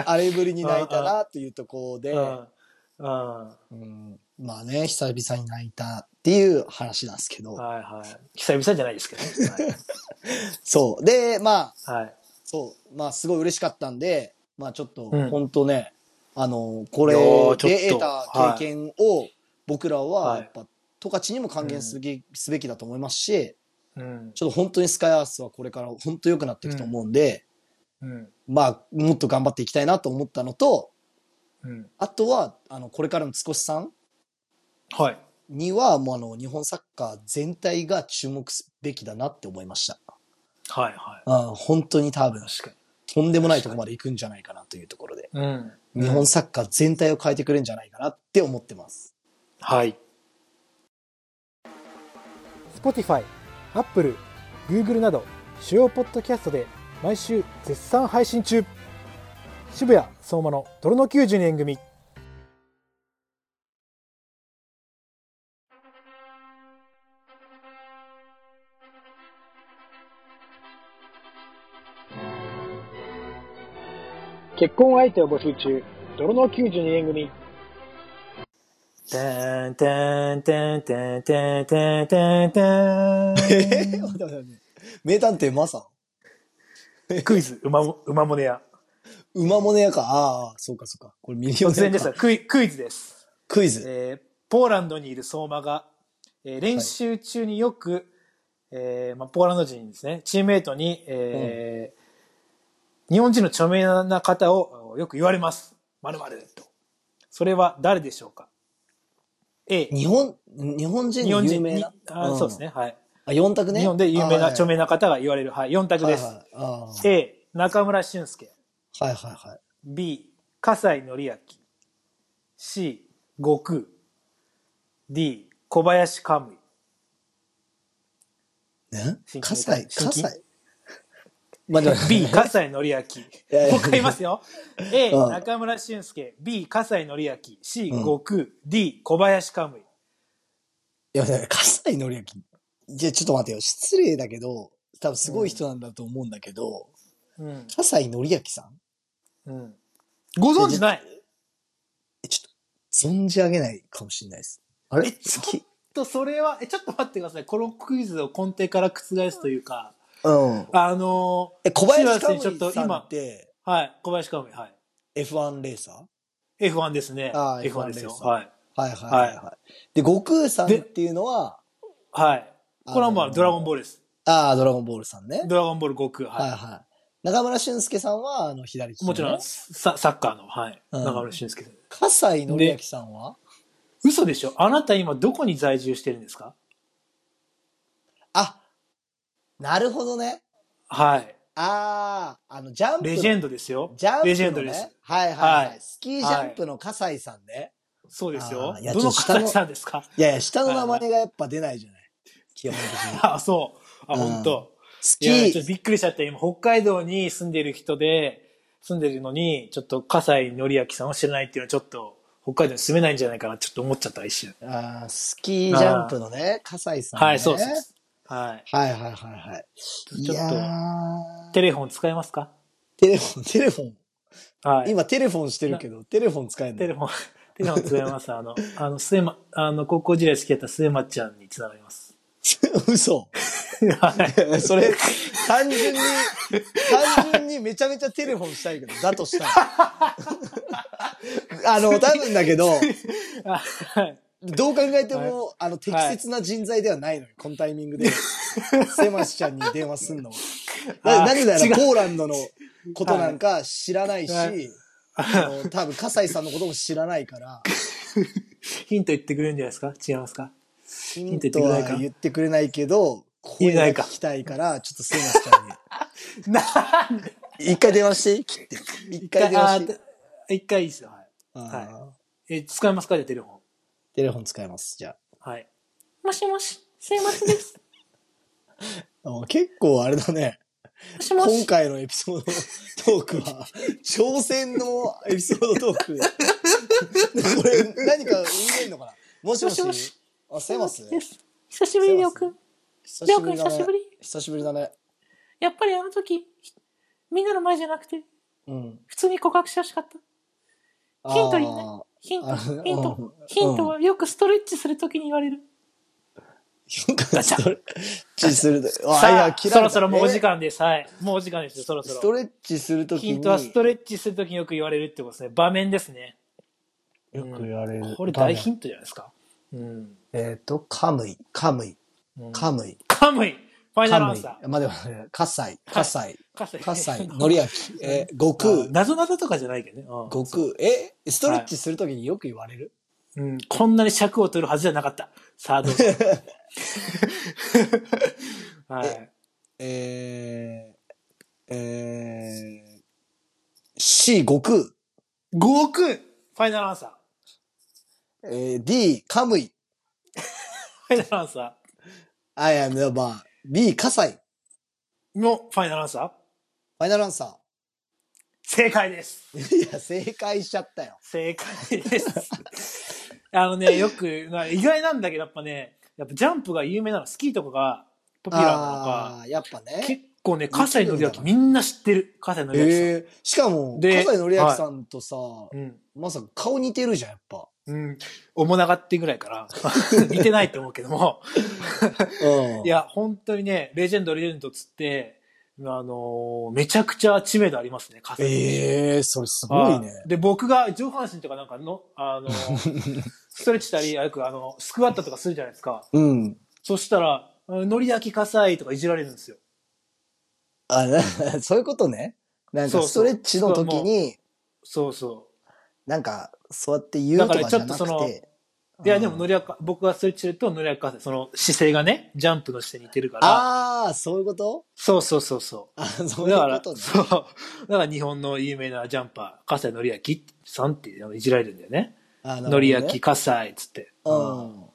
B: あ、荒れぶりに泣いたなというところで、
C: ん。うん。
B: うんまあね、久々に泣いたっていう話なんですけど。
C: はいはい。久々じゃないですけどね。
B: そう。で、まあ、
C: はい。はい、
B: そう、まあすごい嬉しかったんで、まあちょっと、
C: うん
B: 本当ね、あの、これ
C: いやーちょっ
B: で
C: と
B: 得た経験を、僕ら
C: は
B: はいやっぱ、十勝にも還元すべき、すべきだと思いますし、
C: うん。
B: ちょっと本当にスカイアースはこれから本当良くなっていくと思うんで、
C: うん。
B: まあ、もっと頑張っていきたいなと思ったのと、
C: うん。
B: あとは、あの、これからの少しさん
C: はい。
B: には、もうあの、日本サッカー全体が注目すべきだなって思いました。
C: はいはい。
B: うん、本当に多分、
C: 確か
B: とんでもないところまで行くんじゃないかなというところで、
C: に。うん。
B: 日本サッカー全体を変えてくれるんじゃないかなって思ってます。
C: はい。
A: Spotify、Apple、Google など主要ポッドキャストで毎週絶賛配信中渋谷相馬の泥の92年組結婚相手を募集中泥の92年組
C: てんてんてんてんてんてんてん
B: [LAUGHS]
C: てん。
B: 待って待って待って名探偵マサ
C: [LAUGHS] クイズ、馬も、馬もねや。
B: 馬もねやか。ああ、そうかそうか。これミリオ
C: 突
B: ネ
C: 然
B: ア
C: ですが、
B: か。
C: クイクイズです。
B: クイズ。
C: えー、ポーランドにいる相馬が、えー、練習中によく、えーまあ、ポーランド人ですね、チームメイトに、えー日本人の著名な方をよく言われます。まるまると。それは誰でしょうか ?A、
B: 日本、日本人
C: 日
B: の
C: 本
B: 有
C: 人
B: 名
C: に
B: な、。
C: あ
B: ん
C: そうです。ね、はい。
B: あ、四択ね。
C: 日本で有名な、著
B: 名
C: 名な方が言われる。はい、4択です。
B: はいはい
C: A、中村俊介。
B: あーはいはいはい。
C: B、葛西紀明。C、悟空。D、小林カムイ。
B: ね
C: 真
B: 火
C: 剣
B: 災、
C: に真
B: 火
C: 剣
B: 災。まあ、でも
C: [LAUGHS] B、葛西紀
B: いやい
C: 明。
B: や
C: もう一回言いますよ。A、
B: うん
C: 中村俊介。B、葛西紀明。C、
B: うん
C: 悟空。D、小林カムイ。
B: いや、だから、葛西紀明。じゃちょっと待ってよ。失礼だけど、多分すごい人なんだと思うんだけど、
C: うん。
B: 葛西紀明さん
C: うん。ご存知ない
B: えちょっと、存じ上げないかもしれないです。あれ
C: えちょっと、それは、え、ちょっと待ってください。このクイズを根底から覆すというか、
B: うん。
C: あの
B: え、小林カムイさんって
C: ーはい、小林カムイ、はい。
B: F1 レーサー
C: F1 ですね。
B: あー
C: F1 ですよ。
B: F1 です
C: はい。
B: はいはいはい。はい、で、悟空さんっていうのは、
C: はい。これはま
B: あ
C: あ、
B: のー
C: ドラゴンボールです。
B: ああ、ドラゴンボールさんね。
C: ドラゴンボール悟空。
B: はい
C: は
B: はい。中村俊介さんは、あの、左利き、
C: い。もちろん、。ササッカーの、はい。
B: うん
C: 中村俊介さん。
B: 葛西紀明さんは
C: 嘘でしょあなた今どこに在住してるんですか
B: あ、なるほどね。
C: はい。
B: ああ、あの、ジャンプの。
C: レジェンドですよ。
B: ジャンプの、ね。
C: レジェンドです。。
B: はいはい、は。
C: はいい
B: スキージャンプの葛西さんね。
C: そうですよ
B: あーいや。
C: ど
B: ちょ
C: の
B: っと下の
C: 方さんですか [LAUGHS]
B: い、やいや、下の名前がやっぱ出ないじゃない。基本的
C: [LAUGHS]
B: に。
C: あ、そう。あ、
B: うん
C: 本当。
B: ス
C: い
B: キ
C: や、ちょっと
B: ー、
C: びっくりしちゃった。今、北海道に住んでる人で、住んでるのに、ちょっと、笠西紀明さんを知らないっていうのは、ちょっと、北海道に住めないんじゃないかな、ちょっと思っちゃった、一瞬。
B: あースキージャンプのね、葛西さん、ね。
C: はい、そうです。はい。
B: はいはいはいはい。
C: ちょっと
B: いやー
C: テレフォン使えますか
B: テレフォン、テレフォン。
C: はい。
B: 今テレフォンしてるけど、テレフォン使えな
C: テ
B: い。
C: レフォン、テレフォン使います。あの、あの、末ま、あの、高校時代好きだった末まちゃんにつながります。
B: 嘘。
C: はい。
B: [LAUGHS] それ、単純に、単純にめちゃめちゃテレフォンしたいけど、だと [LAUGHS] したら。あの、多分だけど、
C: はい
B: どう考えても、あの、適切な人材ではないのよ。このタイミングで、セマシちゃんに電話すんの [LAUGHS] は。な
C: あ
B: なぜな
C: 違う
B: ら、ポーランドのことなんか知らないし、
C: はい
B: あの多分、笠井さんのことも知らないから、
C: ヒント言ってくれるんじゃないですか違いますか
B: ヒ
C: ン
B: ン
C: ト言って
B: ト
C: くれないか
B: は言ってくれないけど、声が聞きたいから、ちょっとセマシちゃんに。
C: なんで
B: [LAUGHS] 一回電話して、切って。一回電話
C: あ
B: して。
C: ー一回いいですよ。はい
B: あー
C: え、使いますかじゃあテレフォン。
B: テレフォン使います、じゃあ。
C: はい。もしもし、すいませんです。
B: あ結構あれだね。
C: もしも
B: 今
C: し。
B: 回のエピソードトークは、挑戦のエピソードトーク。これ、何か言えんのかなもしもし。
C: もしもし
B: あ、せます
C: です。久しぶり、りょうくん。
B: 久
C: りょ
B: し
C: う
B: ぶ
C: くん
B: りだ
C: 久し
B: ね
C: ぶ。り。
B: 久しぶりだね。
C: やっぱりあの時、みんなの前じゃなくて、
B: うん。
C: 普通に告白してほしかった。ヒントいいね
B: あー
C: ヒント、
B: あ
C: ヒン
B: う
C: ト
B: ん、
C: ヒントはよくストレッチするときに言われる。
B: よかった。ストレッチすると。
C: さあ、そろそろもうお時
B: 間。
C: 間です。はい。もうお時間ですよ、そろ
B: えス
C: そ
B: ト
C: ろ。
B: レッチするときに。
C: ヒントはストレッチするときによく言われるってことですね。場面ですね。
B: よく言われる。
C: これ大ヒ
B: ン
C: ントじゃないですか。うん。
B: えっと、カムイ、カムイ、カムイ、
C: カムイ。ファイナ
B: カ
C: ルア
B: ム
C: ン
B: イ
C: サ。
B: まあ、でも、カサイ、カサイ、
C: ー。カサイ
B: カ [LAUGHS] サイ、
C: [LAUGHS]
B: ノリアキ、えー、悟空、
C: なぞなぞとかじゃないけどね。うん
B: 悟空。えストレッチするときによく言われる、
C: うん、こんなに尺を取るはずじゃなかった。さあ、どう
B: [LAUGHS]
C: ぞ。はい。
B: えー、えー、C、悟空。
C: 5億ファイナルアンサー。
B: えー、D、カムイ。
C: ファイナルアンサ
B: I am the man. B、カサイ。フ
C: ーのファイナルアンサー
B: ァイナルアンサ
C: 正解です。
B: ー。 [LAUGHS] いや、正解しちゃったよ。
C: 正解です。あのね、よく、まあ意外なんだけど、やっぱね、やっぱジャンプが有名なの、スキーとかがポピュラーなの
B: あ
C: か、
B: あー、やっぱね。
C: 結構ね、葛西紀明みんな知ってる。葛西紀明さん。
B: えー、しかも、
C: で
B: 笠井紀明さんとさ、
C: うん。
B: まさか顔似てるじゃん、やっぱ。
C: うん。おもながってぐらいから、 [LAUGHS] 似てないと思うけども。
B: うん。
C: いや、本当にね、レジェンド、レジェンドっつって、あのーめちゃくちゃ知名度ありますね、笠井選手
B: ええー、それすごいね。
C: はいで、僕が上半身とかなんかの、あのー、
B: [LAUGHS]
C: ストレッチしたり、よくあの、スクワットとかするじゃないですか。
B: うん。
C: そしたら、のり焼き笠井とかいじられるんですよ。
B: あ、な [LAUGHS] そういうことね。なん
C: そう
B: か
C: そう
B: ストレッチの時に、
C: そうそ
B: なんか、そうやって言うとかじゃな
C: だからちょっ
B: くて。
C: う。いや、でも
B: うん
C: のりやか、僕がストレッチすると、のりやき笠井、その姿勢がね、ジャンプの姿勢に似てるから。
B: ああ、そういうこと
C: そうそうそうそ。
B: あそうういう
C: だか
B: こ
C: ら、
B: とね。
C: そう。だから日本の有名なジャンパー、笠井のりやきさんっていうのをいじられるんだよね。
B: あなるほどね
C: のりやき笠井っつって。
B: うん。
C: あ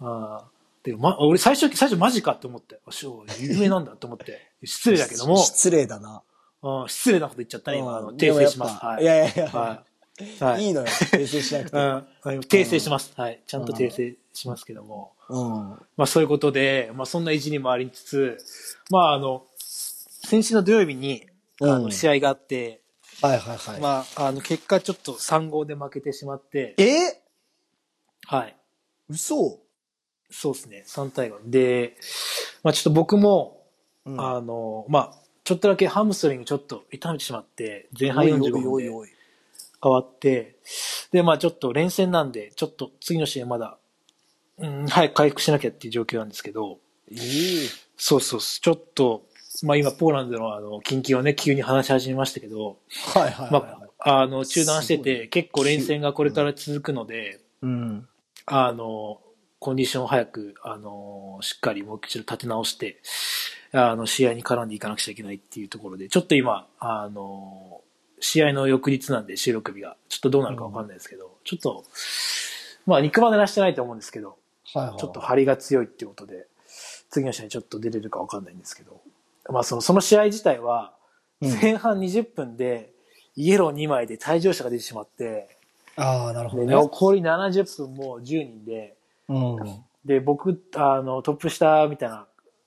C: あ。で、ま、俺最初、最初マジかって思って。あ、しょう、有名なんだって思って。失礼だけども、
B: 失礼だな。
C: うん失礼なこと言っちゃったね、今。あの
B: うん
C: 訂正しま
B: で
C: す。
B: もやっ
C: は
B: ぱ
C: い。
B: いやいやいや、
C: はい。はい
B: いのよ。訂正しなく
C: [LAUGHS] う
B: て。
C: んはい訂正します。はい。ちゃんと訂正しますけども。
B: うん。
C: まあそういうことで、まあそんないじりもありつつ、まああの、先週の土曜日に、あ
B: う
C: の、
B: ん
C: 試合があって、
B: はいはいはい。
C: まあ、あの、結果ちょっと3号で負けてしまって、
B: えー
C: はい。
B: 嘘
C: そうですね、3対5。で、まあちょっと僕も、
B: うん
C: あの、まあ、ちょっとだけハムストリングちょっと痛めてしまって、前半45
B: お
C: 分
B: い
C: で
B: おいおい
C: 変わって、で、まあちょっと連戦なんで、ちょっと次の試合まだ、うん、早く回復しなきゃっていう状況なんですけど、
B: おい。ええ
C: そうそうそう、ちょっと、まあ今ポーランドのあの、近々をね、急に話し始めましたけど、
B: はいはいはいはい
C: ま。あ、あの、中断して
B: すご
C: て、結構連戦がこれから続くので、
B: うん。
C: あの、コンディションを早く、あの、しっかりもう一度立て直して、あの、試合に絡んでいかなくちゃいけないっていうところで、ちょっと今、あの、試合の翌日なんで収録日が、ちょっとどうなるかわかんないですけど、ちょっと、まあ、肉離れはしてないと思うんですけど、
B: はいはい。
C: ちょっと張りが強いっていうことで、次の試合ちょっと出れるかわかんないんですけど、まあ、その、その試合自体は、
B: うん
C: 前半20分で、イエロー2枚で退場者が出てしまって、
B: ああ、なるほ
C: で
B: どね。
C: 残り70分もう10人で、
B: うん。はい
C: で、僕、あの、トップ下みたいな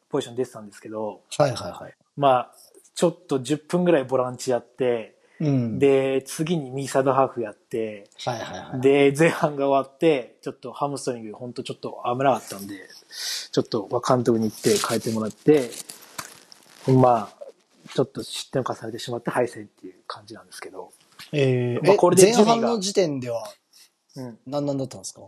C: ポジション出てたんですけど、
B: はいはい。
C: まあ、ちょっと10分ぐらいボランチやって、
B: うん。
C: で、次に右サイドハーフやって、
B: はいはいはい。
C: で、前半が終わって、ちょっとハムストリング、ほんとちょっと危なかったんで、ちょっと監督に行って変えてもらって、まあ、ちょっと失点を重ねてしまって敗戦っていう感じなんですけど、
B: えー
C: まあ
B: え
C: これで
B: 前
C: 順位が
B: 半の時点では
C: うん。
B: 何なんだったんですか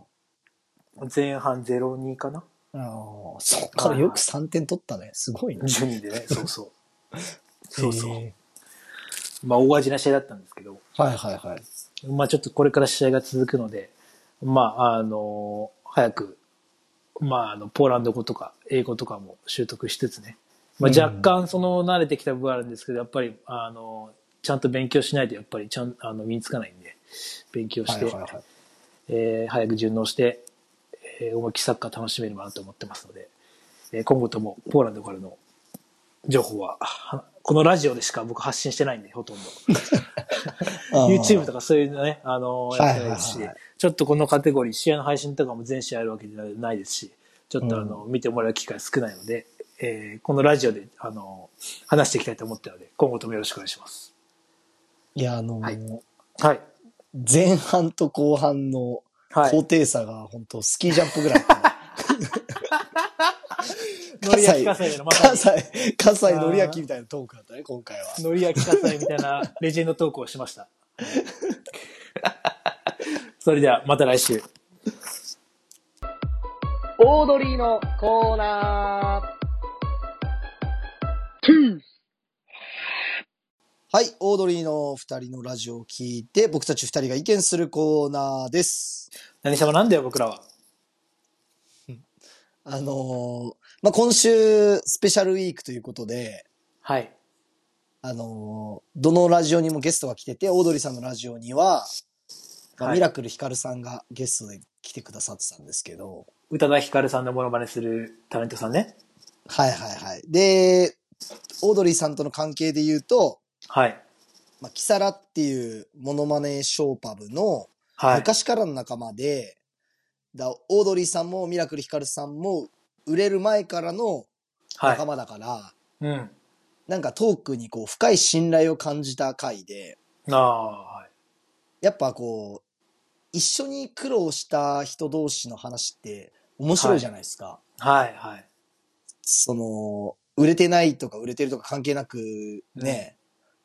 C: 前半0-2かな
B: あーそっからよく3点取ったね。すごいね。
C: 順位でね、そうそう。 [LAUGHS]
B: [LAUGHS]
C: そうそ
B: へ
C: う。まあ、大味な試合だったんですけど、
B: ーはいはいはい。
C: まあ、ちょっとこれから試合が続くので、まあ、あの、早く、まあ、あの、ポーランド語とか英語とかも習得しつつね、まあ、
B: うん
C: 若干、その、慣れてきた部分はあるんですけど、やっぱり、あの、ちゃんと勉強しないと、やっぱり、ちゃん、あの、身につかないんで、勉強
B: は
C: し
B: い
C: て、
B: はいはい。
C: えー早く順応して、えー思いっきりサッカー楽しめればなと思ってますので、えー今後ともポーランドからの情報は、はこのラジオでしか僕発信してないんで、ほとんど。YouTube とかそういうのね、あのーやってないです
B: は
C: し、
B: いはいはい
C: ちょっとこのカテゴリー、試合の配信とかも全試合あるわけじゃないですし、ちょっとあの、見てもらう機会少ないので、えーこのラジオで、あのー話していきたいと思ったので、今後ともよろしくお願いします。
B: いや、あのー
C: はいはい。
B: 前半と後半の
C: はい。
B: 高低差が本当スキージャンプぐらいだったね。
C: ノリ焼き火星の [LAUGHS] まさ
B: [LAUGHS]
C: に
B: 葛西、葛西紀明みたいなトークだったね、今回は。
C: 乗り飽きさいみたいな [LAUGHS] レジェンドトークをしました。 [LAUGHS] それではまた来週。
D: オードリーのコーナー
B: はい、オードリーの二人のラジオを聞いて、僕たち二人が意見するコーナーです。
C: 何様なんだよ、僕らは。
B: あのーまあ、今週、スペシャルウィークということで、
C: はい。
B: あのーどのラジオにもゲストが来てて、オードリーさんのラジオには、まあ
C: はい
B: ミラクルヒカルさんがゲストで来てくださってたんですけど、
C: 宇多田ヒカルさんのモノマネするタレントさんね。
B: はいはいはい。で、オードリーさんとの関係で言うと、
C: はい。
B: まあ、キサラっていうモノマネショーパブの
C: はい。
B: 昔からの仲間で、だオードリーさんもミラクルヒカルさんも売れる前からの
C: はい
B: 仲。間だから、
C: うん。
B: なんかトークにこう深い信頼を感じた回で、
C: ああ、はい。
B: やっぱこう、一緒に苦労した人同士の話って面白いじゃないですか。
C: はい、はい。
B: その、売れてないとか売れてるとか関係なくね、
C: うん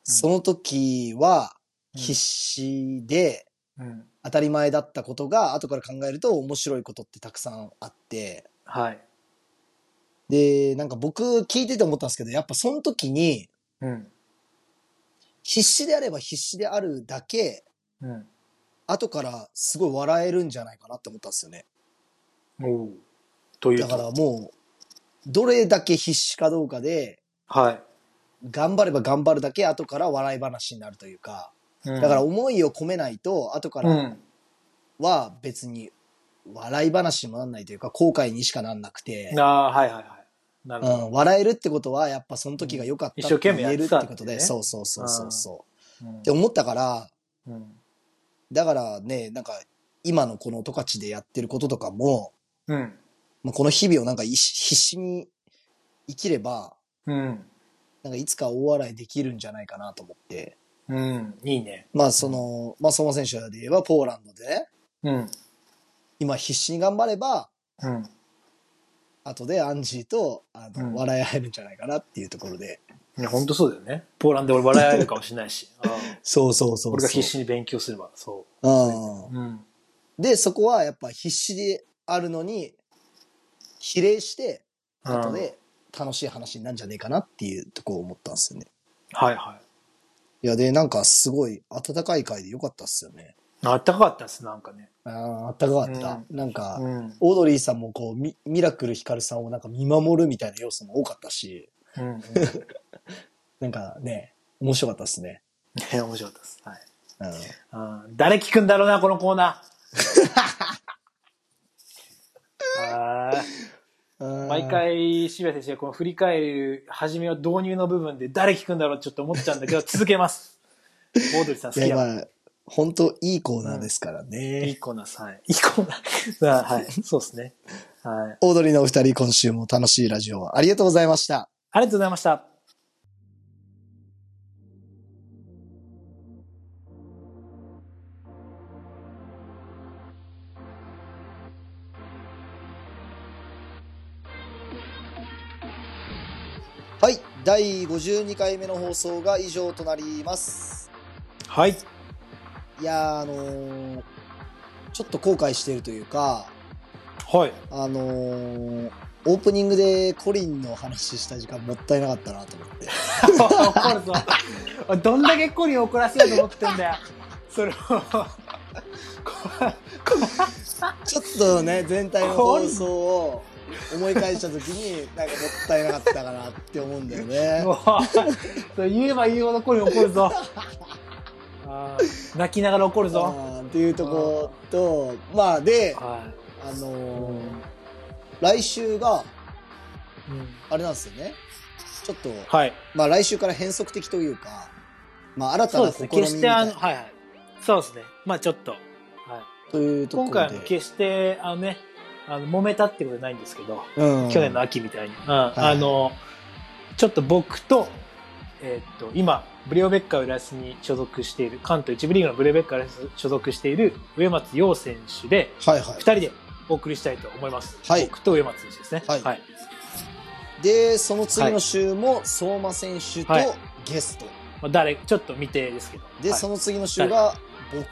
B: その時は
C: うん
B: 必死で
C: うん。
B: 当たり前だったことが後から考えると面白いことってたくさんあって、
C: はい。
B: で、なんか僕聞いてて思ったんですけど、やっぱその時に
C: うん。
B: 必死であれば必死であるだけ、
C: うん。
B: 後からすごい笑えるんじゃないかなって思ったんですよね。
C: おうという
B: だ
C: と
B: からもう、どれだけ必死かどうかで、
C: は
B: 頑張れば頑張るだけ後から笑い話になるというか、
C: い。うん
B: だから、思いを込めないと、後か
C: う
B: ら
C: ん。
B: は別に笑い話にもなんないというか、後悔にしかなんなくて、
C: ああ、はい、はい、はい。な
B: う
C: るほど。
B: ん、笑えるってことは、やっぱその時が良かった
C: 一生懸
B: って
C: 命
B: 言
C: や
B: え
C: っ
B: るってて
C: た
B: こ
C: ってね
B: とで、そうそうそうそうそう。
C: うん
B: って思ったから、
C: うん。
B: だからね、なんか今のこの十勝でやってることとかも、
C: うん。
B: まあこの日々をなんか一必死に生きれば、
C: うん。
B: なんかいつか大笑いできるんじゃないかなと思って。
C: うん。いいね。
B: まあその、まあ相馬選手で言えばポーランドでね、
C: うん。
B: 今必死に頑張れば、
C: うん。
B: 後でアンジーとあの、
C: うん
B: 笑い合えるんじゃないかなっていうところで。
C: いや、本当そうだよね。ポーランドで俺笑えるかもしれないし。
B: [LAUGHS]
C: ああ
B: そうそうそうそう。
C: 俺が必死に勉強すれば、そ
B: うん
C: う。うん。
B: で、そこはやっぱ必死であるのに、比例して、後で楽しい話になるんじゃねえかなっていうところを思ったんですよね。
C: はいはい。
B: いや、で、なんかすごい暖かい回でよかったっすよね。
C: あったかかったっす、なんかね。
B: ああ、暖かかった。なんか、
C: うん。
B: オードリーさんもこうミ、ミラクルヒカルさんをなんか見守るみたいな要素も多かったし、 [LAUGHS]
C: うん。ね、
B: なんかね、面白かったっすね。
C: 面白かったっす。はい。
B: うん
C: うん誰聞くんだろうな、このコーナ [LAUGHS] ー。あー毎。回、渋谷選手がこの振り返る、初めは導入の部分で誰聞くんだろうってちょっと思っちゃうん [LAUGHS] だけど、続けます。オードリーさん好
B: い
C: き
B: や、
C: や。
B: まあ、本当いいコーナーですからね。
C: いいコーナー、はい。いいコーナー。あはい。そうですね。はい。
B: オードリーのお二人、今週も楽しいラジオをありがとうございました。
C: ありがとうございました。
B: はい、第52回目の放送が以上となります。
C: はい。
B: いやー、あのーちょっと後悔しているというか、
C: はい。
B: あのーオープニングでコリンの話した時間もったいなかったなと思って。
C: [LAUGHS] 怒るぞ。おいどんだけコリン怒らせようと思ってんだよ。それを。こ
B: ちょっとね、全体の放送を思い返した時に、なんかもったいなかったかなって思うんだよね。
C: もう、それ言えば言うほどコリン怒るぞ。あー泣きながら怒るぞ。
B: うんっていうとこと、まあで、
C: は
B: あ
C: い。
B: のー来週が、
C: うん
B: あれなんですよね。ちょっと、
C: はい。
B: まあ来週から変則的というか、まあ新た
C: そう
B: な
C: で
B: 試
C: すね。
B: みみ
C: 決したて
B: い
C: あの、
B: な
C: はいはい。そうですね。まあちょっと。はい。
B: というところ
C: 今
B: で。
C: 回も決して、あのね、あの、揉めたってことはないんですけど、
B: うん、
C: 去年の秋みたいに。うん。あの、ちょっと僕と、えーっと、今、ブレオベッカ浦安に所属している、関東一部リーグのブレオベッカ浦安に所属している上松洋選手で、
B: はいは
C: 二人でお送りしたいと思います。
B: はい
C: 僕と上松選手ですね。
B: はいい。で、その次の週も、相馬選手と
C: はい
B: ゲスト。
C: まあ、誰、ちょっと未定ですけど。
B: で、
C: はい
B: その次の週が、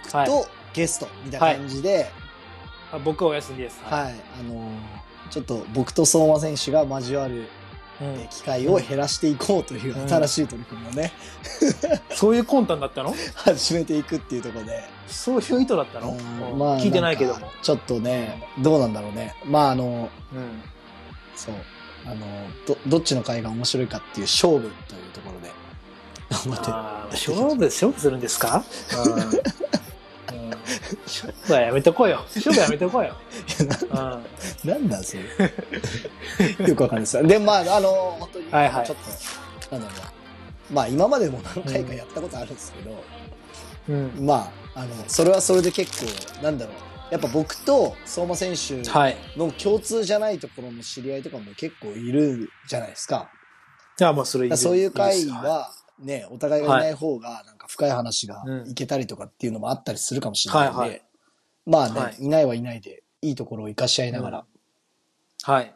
B: 僕
C: はい
B: とゲストみたいな感じで、
C: あ僕はお休みです。
B: はい、あのーちょっと僕と相馬選手が交わる
C: い。う
B: え
C: ん
B: ー機会を減らしていこうという
C: うん
B: 新しい取り組みをね、 [LAUGHS]
C: そういう魂胆だったの
B: 始めていくっていうところで、
C: そういう意図だったの、
B: うん
C: うん
B: まあ
C: 聞いてないけど
B: ん
C: も
B: か。ちょっとね、どうなんだろうね。まあ、あのー
C: うん。
B: そう、あのーど、どっちの回が面白いかっていう勝負というところで、頑張って。
C: ああ、勝負、勝負するんです
B: [LAUGHS]
C: かうん。うん勝負はやめとこうよ。勝負はやめとこうよ。
B: [LAUGHS]
C: うん。は
B: なんだそれ。 [LAUGHS] よくわかんないです。で、まあ、あの、本当に、
C: はいはい
B: ちょっと、なんだろう。まあ、今までも何回かやったことあるんですけど、
C: うん。
B: まあ、あの、それはそれで結構、なんだろう。やっぱ僕と相馬選手
C: はい。
B: の共通じゃないところの知り合いとかも結構いるじゃないですか。
C: じゃあもうそれ
B: だか
C: 以
B: ら
C: 上
B: そういう
C: いい
B: 会
C: です
B: は、ね、お互いがいない方が、なんか深い話がいけたりとかっていうのもあったりするかもしれないんで、
C: はいはい
B: まあね、
C: はい
B: い、ないはいないで、いいところを生かし合いながら、
C: うんはい。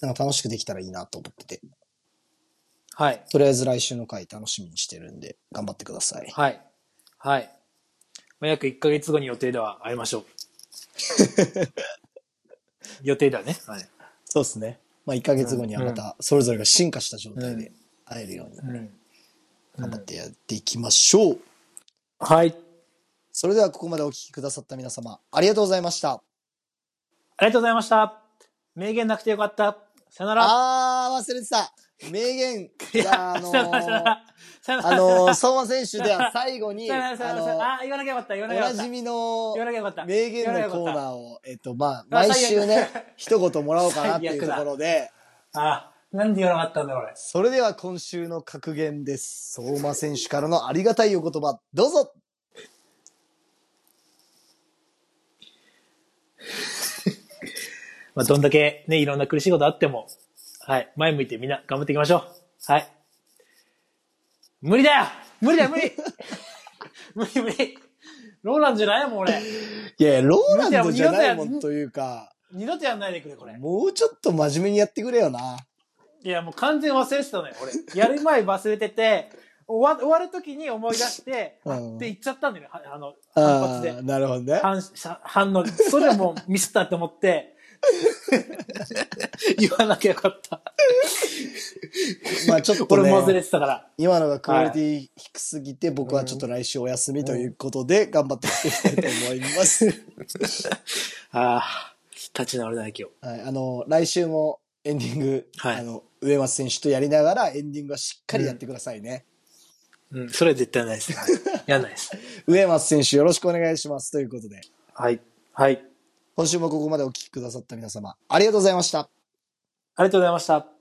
B: なんか楽しくできたらいいなと思ってて。
C: はい。
B: とりあえず来週の回楽しみにしてるんで、頑張ってください。
C: はい。はい。まあ、約1ヶ月後に予定では会い
B: [LAUGHS]
C: ましょう。予定だね。はい。
B: そうですね。まあ1ヶ月後にはまた、それぞれが進化した状態で会えるように
C: うん。
B: 頑張ってやっていきましょう。
C: はい。
B: それではここまでお聞きくださった皆様、ありがとうございました。
C: ありがとうございました。名言なくてよかった。さよなら。
B: あー、忘れてた。名言。じゃあ、あの
C: さよなら、さよな
B: ー、
C: ら。さよな
B: あ
C: ら
B: のー、相馬選手では最
C: [LAUGHS]
B: 後に、
C: さよな
B: あ
C: ら、さよならさよな
B: の
C: ら。あ、言わなきゃよかった、言わな
B: ー、
C: き
B: お
C: ゃよ
B: な
C: かった
B: じ。みの
C: 言わなきゃよかった。
B: 名言のコーナーを、えっと、まあ、毎週ね、一言もらおうかなっていうところで、
C: あ、なんで言わなかったんだ、俺。
B: それでは今週の格言です。相馬選手からのありがたいお言葉、どうぞ
C: まあ、どんだけね、いろんな苦しいことあっても、はい、前向いてみんな頑張っていきましょう。はい。無理だよ無理だよ無理 [LAUGHS] 無理無理ローランドじゃないもん、俺。
B: いや、ローランドじゃないも
C: 二度と
B: んと
C: や
B: いうか、
C: 二度とやんないでくれ、これ。
B: もうちょっと真面目にやってくれよな。
C: いや、もう完全忘れてたのよ、俺。やる前忘れてて、終わ終わる時に思い出して、
B: うん
C: あって言っちゃったんだよね、はあの、反
B: あ
C: 発
B: あ、
C: で。
B: なるほどね。
C: 反射、反応。それはもうミスったって
B: [LAUGHS]
C: 思って、言わなきゃよかった。
B: まあちょっと、
C: 俺も忘れ
B: ね、
C: てたから。
B: 今のがクオリティ低すぎて、僕はちょっと来週お休みということで、頑張っていきたいと思います。
C: ああ、立ち直れない今日。
B: はい、あの、来週もエンディング、
C: はい
B: あの、上松選手とやりながら、エンディングはしっかりやってくださいね。
C: うん、それは絶対ないです。はいやんないです。
B: 上松選手よろしくお願いします。ということで。
C: はい。はい。
B: 今週もここまでお聞きくださった皆様、ありがとうございました。
C: ありがとうございました。